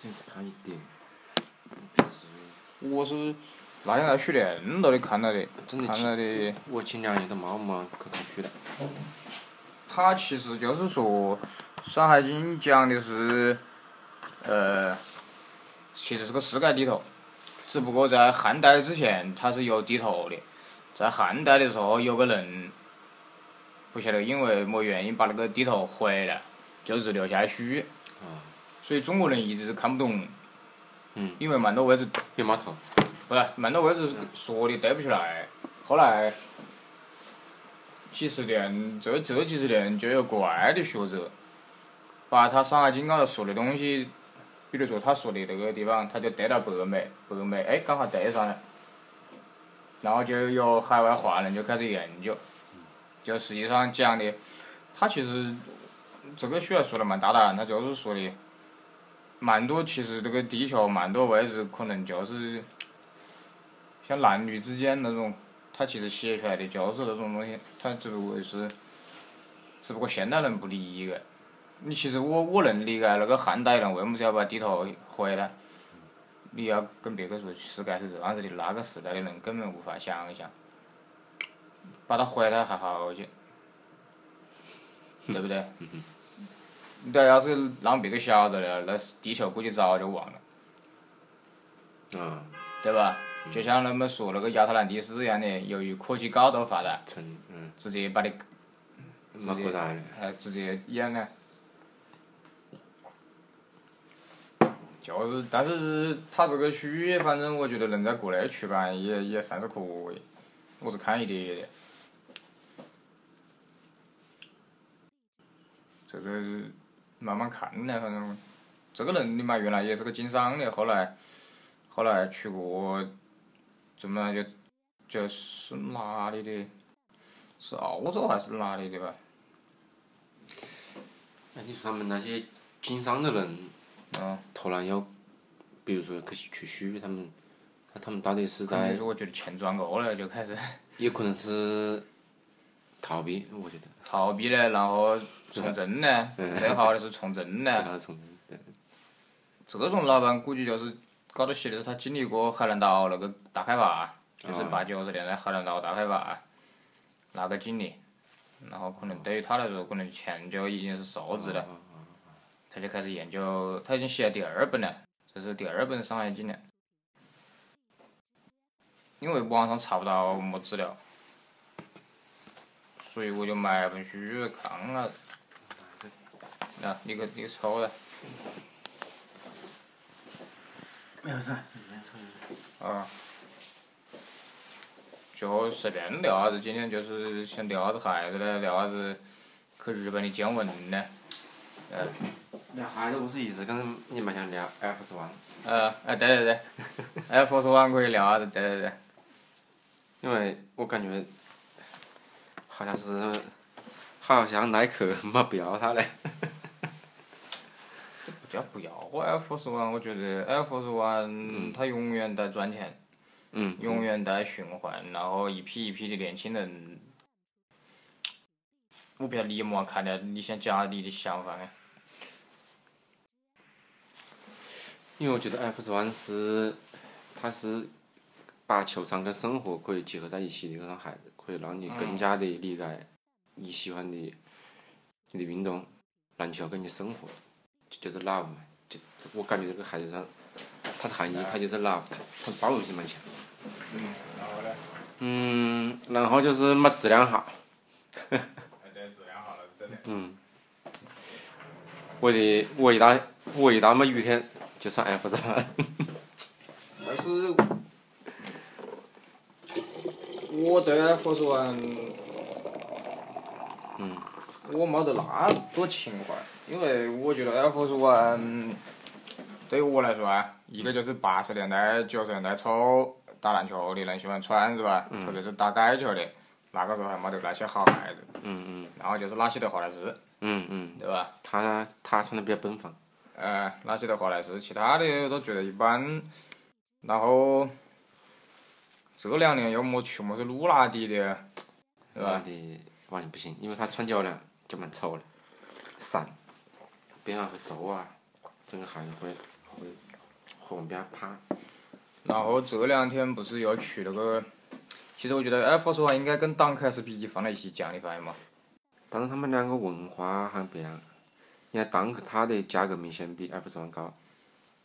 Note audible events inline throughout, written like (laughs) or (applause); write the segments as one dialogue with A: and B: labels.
A: 这次看一点，我平时
B: 我是那天在许店那里看到的，
A: 真的
B: 看到的。
A: 我前两年都没没去看书了。
B: 它其实就是说，《山海经》讲的是，呃，其实是个世界地图，只不过在汉代之前它是有地图的，在汉代的时候有个人，不晓得因为么原因把那个地图毁了，就只留下书，
A: 啊，
B: 所以中国人一直看不懂，
A: 嗯，
B: 因为蛮多位置
A: 有码头。
B: 不是，蛮多位置说的对不起来，后来几十年，这这几十年就有国外的学者，把他《山海经》高头说的东西，比如说他说的那个地方，他就带到北美，北美哎刚好对上了，然后就有海外华人就开始研究，就实际上讲的，他其实这个需要说的蛮大胆，他就是说的。蛮多，其实这个地球蛮多位置可能就是像男女之间那种，他其实写出来的就是那种东西，他只不过是，只不过现代人不理解。你其实我我能理解那个汉代人为么子要把地头毁了，你要跟别个说世界是这样子的，那个时代的人根本无法想象，把它毁了还好些，对不对？你这要是让别个晓得了，那地球估计早就忘了。
A: 啊，
B: 对吧？就像他们说那个亚特兰蒂斯一样的，由于科技高度发达，
A: 成嗯，
B: 直接把你
A: 没过来了。
B: 呃直接淹了。就是，但是他这个书，反正我觉得能在国内出版也也算是可以，我是看一点的。这个慢慢看呢，反正这个人你嘛，原来也是个经商的，后来后来出国，怎么就就是哪里的，是澳洲还是哪里的吧？
A: 哎，你说他们那些经商的人，
B: 嗯，
A: 突然要，比如说去去虚，他们，那他们到底是
B: 可能
A: 在
B: 就是，我觉得钱赚够了就开始
A: 也可能是逃避，我觉得，
B: 逃避了，然后从政呢，最好的是从政
A: 这
B: 呢。
A: 个从，对
B: 这种老板估计就是高头写的是他经历过海南岛那个大开发，就是
A: 啊
B: 八九十年代海南岛大开发那个经历，然后可能对于他来说，可能钱就已经是数字了。
A: 啊啊
B: 他就开始研究，他已经写了第二本了，这是第二本《山海经》了。因为网上查不到么资料，所以我就买本书看了。啊，你给你给抽了。没有事，没有事。啊。就随便聊下子，今天就是想聊下子孩子嘞，聊下子去日本的见闻嘞，嗯、
A: 聊孩子，我是一直跟你蛮想聊 F 十 o
B: 呃，哎，对对对，哎，佛说完可以聊啊，对对对，
A: 因为我感觉好像是，好像耐克没标他嘞。
B: 不叫不要我哎，佛说完，我觉得哎，佛说完，他永远在赚钱，
A: 嗯，
B: 永远在循环，然后一批一批的年轻人，我不晓得你有没看到，你想讲下你的想法哎？
A: 因为我觉得 F 十 o 是，它是把球场跟生活可以结合在一起的一个让孩子，可以让你更加的理解你喜欢的你的运动、篮球跟你生活，就就是 love 嘛。就我感觉这个孩子上，他的含义他就是 love，他他包容性蛮强。
B: 嗯，然后呢？
A: 嗯，然后就是没质量好。
B: 哎，对，质量好了，真的。
A: 嗯，我的我一打我一打么雨天就上 F 三， (laughs)
B: 但是，我对哎，佛说完，
A: 嗯，
B: 我没得那多情怀，因为我觉得 F 十万对于我来说啊，一个就是八十年代、九十年代初打篮球的人喜欢穿是吧？特别是打街球的，那个时候还没得那些好孩子。
A: 嗯嗯
B: 然后就是那些的华莱士，
A: 嗯嗯，
B: 对吧？
A: 他他穿的比较奔放，
B: 呃，那些的华莱士，其他的都觉得一般。然后这两年又没出么是露娜底的，对
A: 我
B: 吧？
A: 的完全不行，因为他穿久了就蛮丑了，散，边上和皱啊，整个孩子会会红边趴。
B: 然后这两天不是要去那个，其实我觉得 Air Force One 应该跟党克 SPE 放在一起讲，你发现吗？
A: 但是他们两个文化很不一样，你看 Dunk 它的价格明显比 Air Force One 高，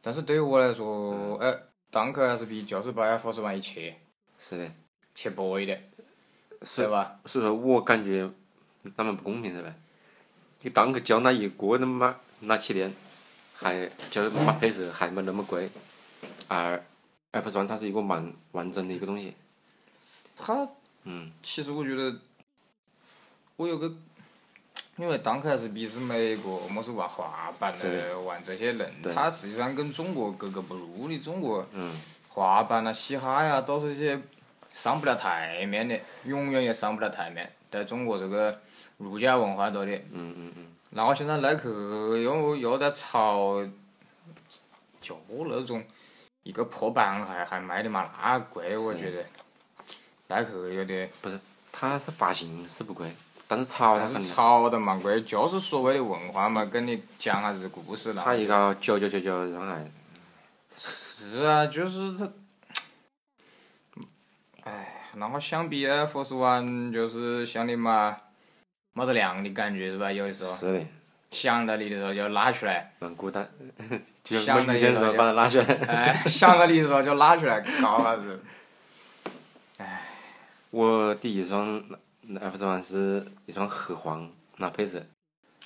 B: 但是对于我来说，哎、党克 SPE 就是把 Air Force One 一切
A: 是的，
B: 切薄一点，
A: 是
B: 对吧？
A: 所以说我感觉他们不公平是吧？你 Dunk 交那一个那么那气垫，还就买配置还没那么贵，而 Air Force One 它是一个完完整的一个东西，
B: 它
A: 嗯，
B: 其实我觉得，我有个，因为当克 SB 是美国，我们是玩滑板
A: 是
B: 的，玩这些人，
A: 对
B: 他实际上跟中国格格不入的。中国
A: 嗯
B: 滑板啊、嘻哈呀、都是一些上不了台面的，永远也上不了台面。在中国这个儒家文化这里，
A: 嗯嗯嗯，
B: 然后现在耐克又又在炒，就那种一个破板还还卖的嘛那贵，我觉得耐克有点。
A: 它是发型是不贵，但是炒它
B: 但
A: 很
B: 是炒得蛮贵，就是所谓的文化嘛，跟你讲下子故事啦
A: 它。一个九九九九让还
B: 是啊，就是这，哎，然后相比 Air Force One 就是像你妈没得量的感觉是吧？有的时候
A: 是的，
B: 想到你的时候就拉
A: (laughs)
B: 出来，
A: 让孤单，就像
B: 想
A: 每
B: 得
A: 天
B: 一
A: 时
B: 个
A: 候
B: 就
A: 把它拉下来。
B: 哎，想到你的时候就拉出来搞下子。
A: 我第一双 F 四 One 是一双褐黄，那配色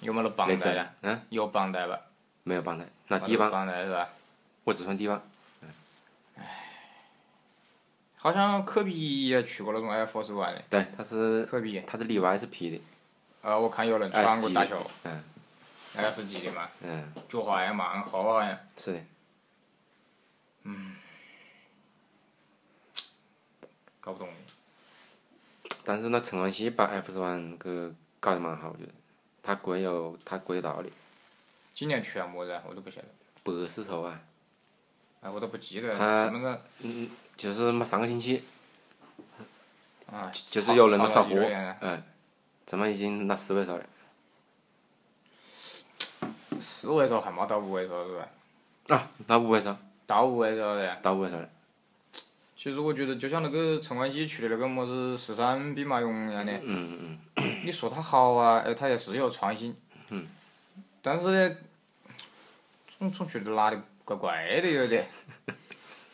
B: 有没得绑
A: 没
B: 带
A: 色
B: 的？，
A: 嗯，
B: 有绑带吧？
A: 没有绑带，那
B: 没
A: 低
B: 得
A: 帮，
B: 绑带是吧？
A: 我只穿低帮，
B: 好像科比也去过那种 Air Force One 的，
A: 对，它是
B: 科比，
A: 它的里外是皮的，
B: 呃，我看有人穿过
A: SG
B: 打球，
A: 嗯
B: 那是几的嘛，
A: 嗯，
B: 脚好像蛮厚啊好像。
A: 是的，
B: 搞不懂。
A: 但是那陈冠希把 F 四 One 给搞得蛮好，我觉得，他贵有他贵的道理，
B: 今年去了么子啊？我都不晓得，
A: 白丝绸啊，
B: 哎，我都不记得
A: 他
B: 什么个
A: 嗯，就是嘛上个星期
B: 啊，
A: 就是有人
B: 炒
A: 嘛
B: 炒
A: 杀
B: 了
A: 火
B: 几个人啊，
A: 嗯，怎么已经拿四位数了？
B: 四位数还没到五位数是吧？
A: 啊，那五位数，
B: 到五位数的。
A: 到五位数了，
B: 其实我觉得就像那个陈冠希去的那个么子十三兵马俑一样的，
A: 嗯嗯
B: 你说他好啊，哎，他也是有创新，
A: 嗯，
B: 但是呢，总总觉得哪里怪怪的
A: (laughs)
B: 有点，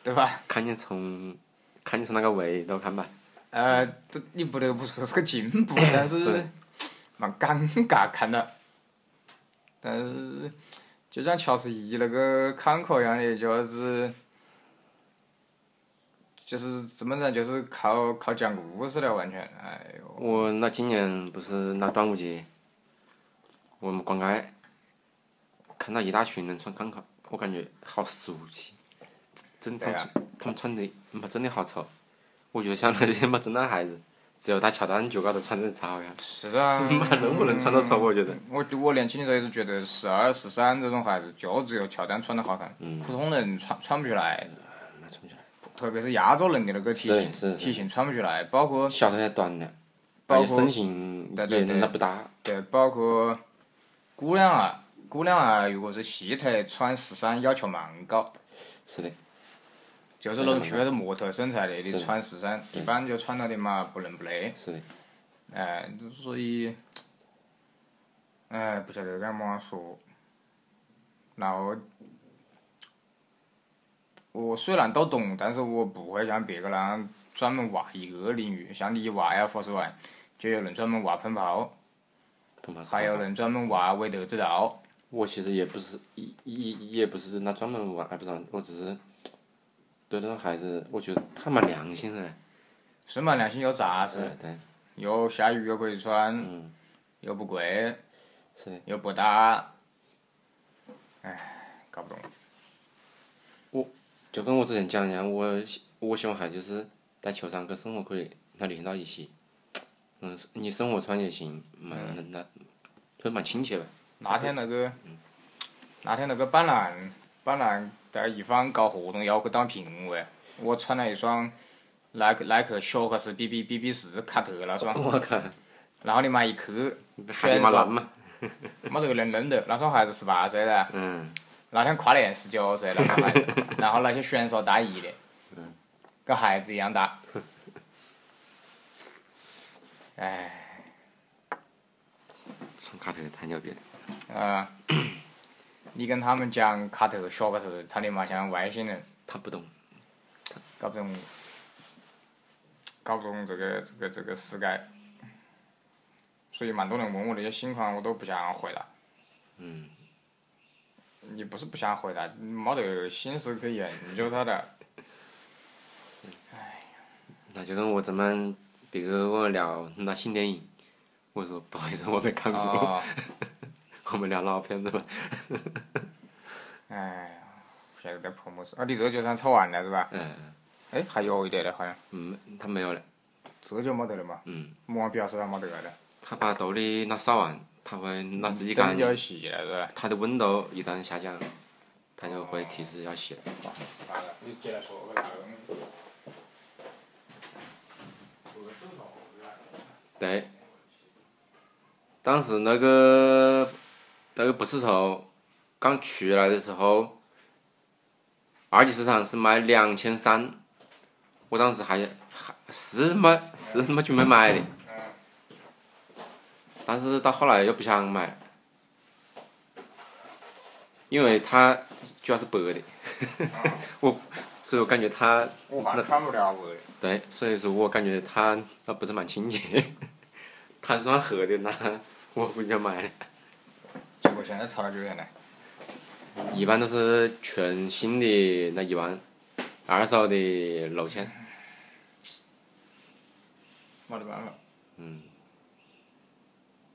B: 对吧？
A: 嗯，看你从看你从那个维度看吧，
B: 呃，这你不得不说是
A: (laughs)
B: 个进步，但是
A: 是
B: 蛮尴尬看的。但是就像乔十一那个康口一样的，就是就是怎么讲，就是靠靠讲故事了，完全。哎呦，
A: 我那今年不是那端午节，我们逛街，看到一大群人穿康考，我感觉好俗气，真真
B: 对
A: 他
B: 啊
A: 们穿他们穿的妈真的好丑，我觉得像那些妈真的孩子，只有他乔丹脚高头穿的才好看，
B: 是啊，
A: 妈 (laughs) 能不能穿到丑？我觉得，
B: 我我年轻的时候一直觉得十二、十三这种孩子就只有乔丹穿的好看，
A: 嗯，
B: 普通人穿穿不出来，
A: 那穿不起来，
B: 特别是亚洲人的那个
A: 是
B: 体
A: 是
B: 型，
A: 是
B: 体型穿不出来，包括
A: 小头太短了，
B: 包
A: 而
B: 括
A: 且身形
B: 对
A: 也
B: 对对
A: 那不大，
B: 对，包括姑娘啊，姑娘啊，如果是细腿穿十三要求蛮高，
A: 是的，
B: 就是那种全是模特身材的，你
A: 嗯是嗯
B: 穿十三一般就穿到的嘛不伦不类，
A: 是的，
B: 哎、所以，哎、不晓得该么说。然后，我虽然都懂，但是我不会像别个那样专门挖一个领域，像你挖 Air Force One，就有人专门挖喷炮，
A: 恐啊怕是
B: 还有
A: 好看
B: 人专门挖韦德之道。
A: 我其实也不是也也也不是那专门玩，哎，不是，我只是对那个孩子，我觉得他蛮良心的，
B: 啊是嘛，良心又扎实，
A: 哎对，
B: 又下雨又可以穿，
A: 嗯
B: 又不贵，
A: 是的，
B: 又不搭，哎，搞不懂。
A: 就跟我之前讲一样，我希我希望还就是在球场跟生活可以那连到一起，嗯，你生活穿也行，蛮那那，会蛮亲切吧，
B: 那天那个，
A: 嗯
B: 那天那个板蓝板蓝在一方搞活动要去当评委，我穿了一双耐克耐克小克斯 BB BB 四卡特那
A: (laughs)
B: 双，
A: 我靠，
B: 然后你妈一去，
A: 还得蛮难嘛，
B: 没得个人认得，那双鞋子十八岁的，
A: 嗯，
B: 那天跨年十九岁那个
A: (laughs)
B: 孩子，然后那些选手大一的，
A: 嗯
B: 跟孩子一样大。哎，
A: 从卡特太牛逼了，
B: 啊、你跟他们讲卡特学个事，他的妈像外星人，
A: 他不懂，
B: 搞不懂，搞不懂这个这个这个世界。所以蛮多人问我那些新款，我都不想回答。
A: 嗯，
B: 你不是不想回答，没得心思去研究它
A: (laughs)
B: 的。
A: 那就跟我这么别个问我聊那新电影，我说不好意思，我没看过，
B: 啊、
A: 我们聊老片子吧。
B: 哎呀，现在在泼墨水啊！你这就算炒完了是吧？
A: 嗯，
B: 哎，还有一点嘞，好像
A: 嗯，他没有了，
B: 这就没得了嘛。
A: 嗯，
B: 莫表示他没得了，
A: 他把兜里那扫完，他会那自己
B: 灯
A: 感
B: 就要熄了是吧？
A: 它的温度一旦下降，它就会提示要熄了。
B: 完了，你接着说个那个。
A: 对，当时那个那个不是头刚出来的时候，二级市场是卖两千三，我当时还还是没是没准备买的，但是到后来又不想买了，因为它主要是白的， (laughs) 我所以我感觉它
B: 我还看不了味。
A: 对，所以说我感觉它它不是蛮清洁， (laughs) 它是算黑的那我估计要买了。
B: 结果现在炒了九元嘞，
A: 一般都是全新的那一万，二手的六千。
B: 没得办法。
A: 嗯。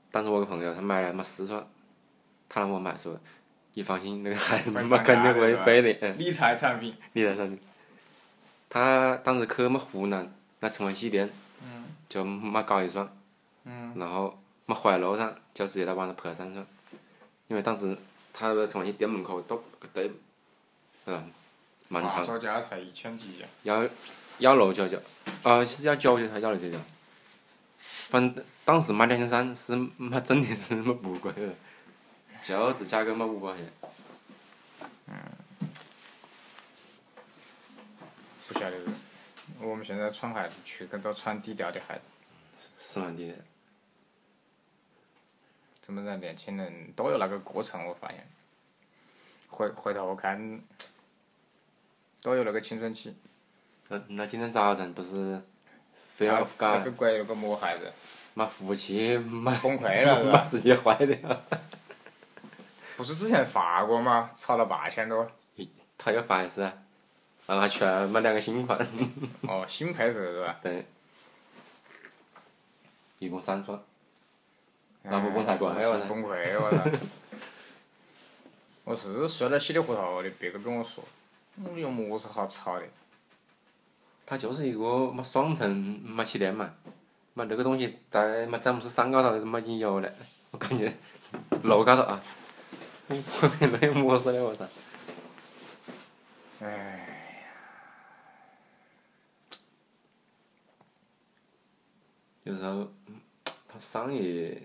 A: 但是我个朋友他买了他妈四串，他让我买说，你放心，那个孩子
B: 会
A: 他妈
B: 涨
A: 肯
B: 价
A: 定
B: 的
A: 会
B: 是吧
A: 飞的，嗯，
B: 理财产品。
A: 你在上面。他当时去我们湖南那陈文熙店，就没搞一双。
B: 嗯。
A: 然后没怀楼上，就直接在网上拍三双，因为当时他的重庆店门口都对，嗯，蛮
B: 话
A: 长，
B: 说价才一千几，啊
A: 要要楼九九，啊是要九九还是要六九九？反正当时卖两千三是没真的是没不贵的，就只价格没五百块钱。
B: 不晓得。我们现在穿鞋子去跟都穿低调的鞋子，
A: 是蛮低的，
B: 怎么让年轻人都有那个过程？我发现，回回头看，都有那个青春期。
A: 那那今天早晨不是非
B: 然
A: 要
B: 后
A: 搞
B: 那个鬼有个魔孩子，
A: 买服务器
B: (laughs)
A: 买
B: 崩溃了是吧
A: 买直接坏掉，
B: 不是之前发过吗？炒到八千多。
A: (laughs) 他要翻一次，然后还全买两个新款。 (laughs)
B: 哦，新配色是吧？
A: 对，一共三双，那不崩太乖了
B: 哎我崩溃了，我操！ (laughs) 我是摔得稀里糊涂的，别个跟我说，嗯有么子好吵的？
A: 它就是一个没双层没气垫嘛，没那个东西在没詹姆斯山高头没引油了，我感觉楼高头啊，我被累磨死了我操！
B: 哎呀，
A: 有时候嗯它上也，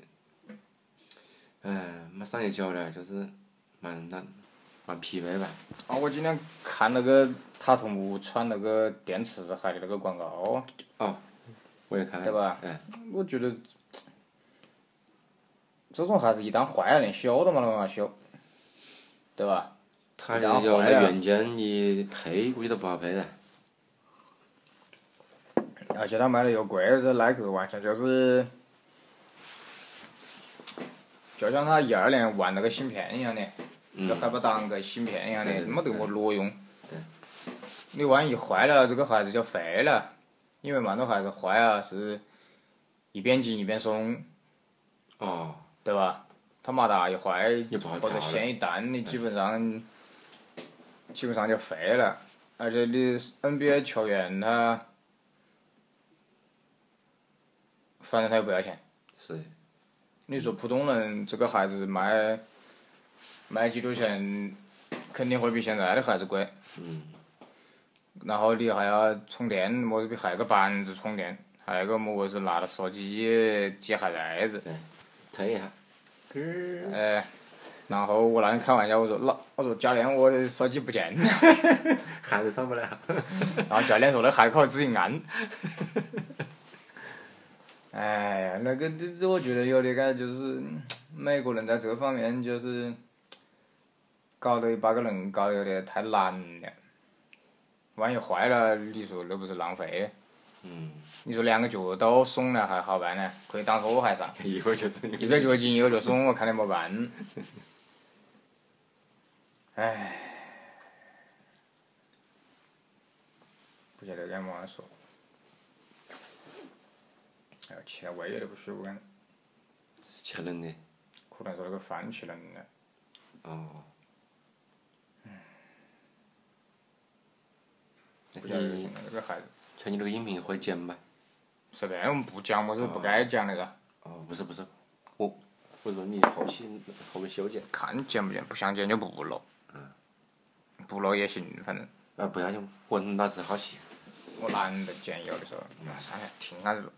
A: 哎，没上也久了，就是蛮那蛮疲惫吧。
B: 啊！我今天看那个塔图姆穿那个电池鞋的那个广告，
A: 我也看了，
B: 对吧
A: 嗯，
B: 我觉得这种鞋子一旦坏了，连修都没得办法修，对吧？
A: 它
B: 然后
A: 有
B: 回
A: 那
B: 来了
A: 原件你配估计都不好配的。
B: 而且他卖的又贵，这耐克完全就是，就像他一二年玩那个芯片一样的，
A: 嗯
B: 就。海不当个芯片一样的，
A: 对对对
B: 没得我卵用
A: 对。
B: 你万一坏了，这个鞋子就废了，因为蛮多鞋子坏啊是一边紧一边松，
A: 哦，
B: 对吧？他马达一坏
A: 也不好
B: 或
A: 调嗯
B: 者
A: 了
B: 线一断，你基本上基本上就废了。而且你 NBA 球员他，反正他又不要钱。
A: 是。
B: 你说普通人这个鞋子卖卖几多钱，肯定会比现在的鞋子贵。
A: 嗯。
B: 然后你还要充电，么子比还有个板子充电，还有个么子拿着手机系鞋带子。
A: 退一下。
B: 哎，然后我那天开玩笑，我说老，我说教练，我的手机不见 (laughs) 了。
A: 还是上不来啊。
B: 然后教练说那还靠自己按。 (laughs) 哎呀，那个这这，我觉得有点个就是嗯美国人在这方面就是搞得把个人搞得有点太难了。万一坏了，你说那不是浪费？
A: (laughs) 嗯，
B: 你说两个脚都松了还好办呢，可以当拖鞋上。
A: 一个就是
B: 一个脚紧，一个脚松，我看你没办。唉，不晓得该么说。哎呦，吃了胃有点不舒服感，
A: 是吃冷的。
B: 可能说那个饭吃冷了。
A: 哦。嗯
B: 不晓得
A: 你
B: 那个还
A: 像你那个音频会剪吧？
B: 随便，我们不讲么子不该讲的了。
A: 哦，不是不是，我我说你后期后面修剪。
B: 看讲不讲，不想讲就不录。不录也行，反正
A: 啊，不要紧，我老子好奇。
B: 我懒得讲，有的时候。哎算了，听下子录。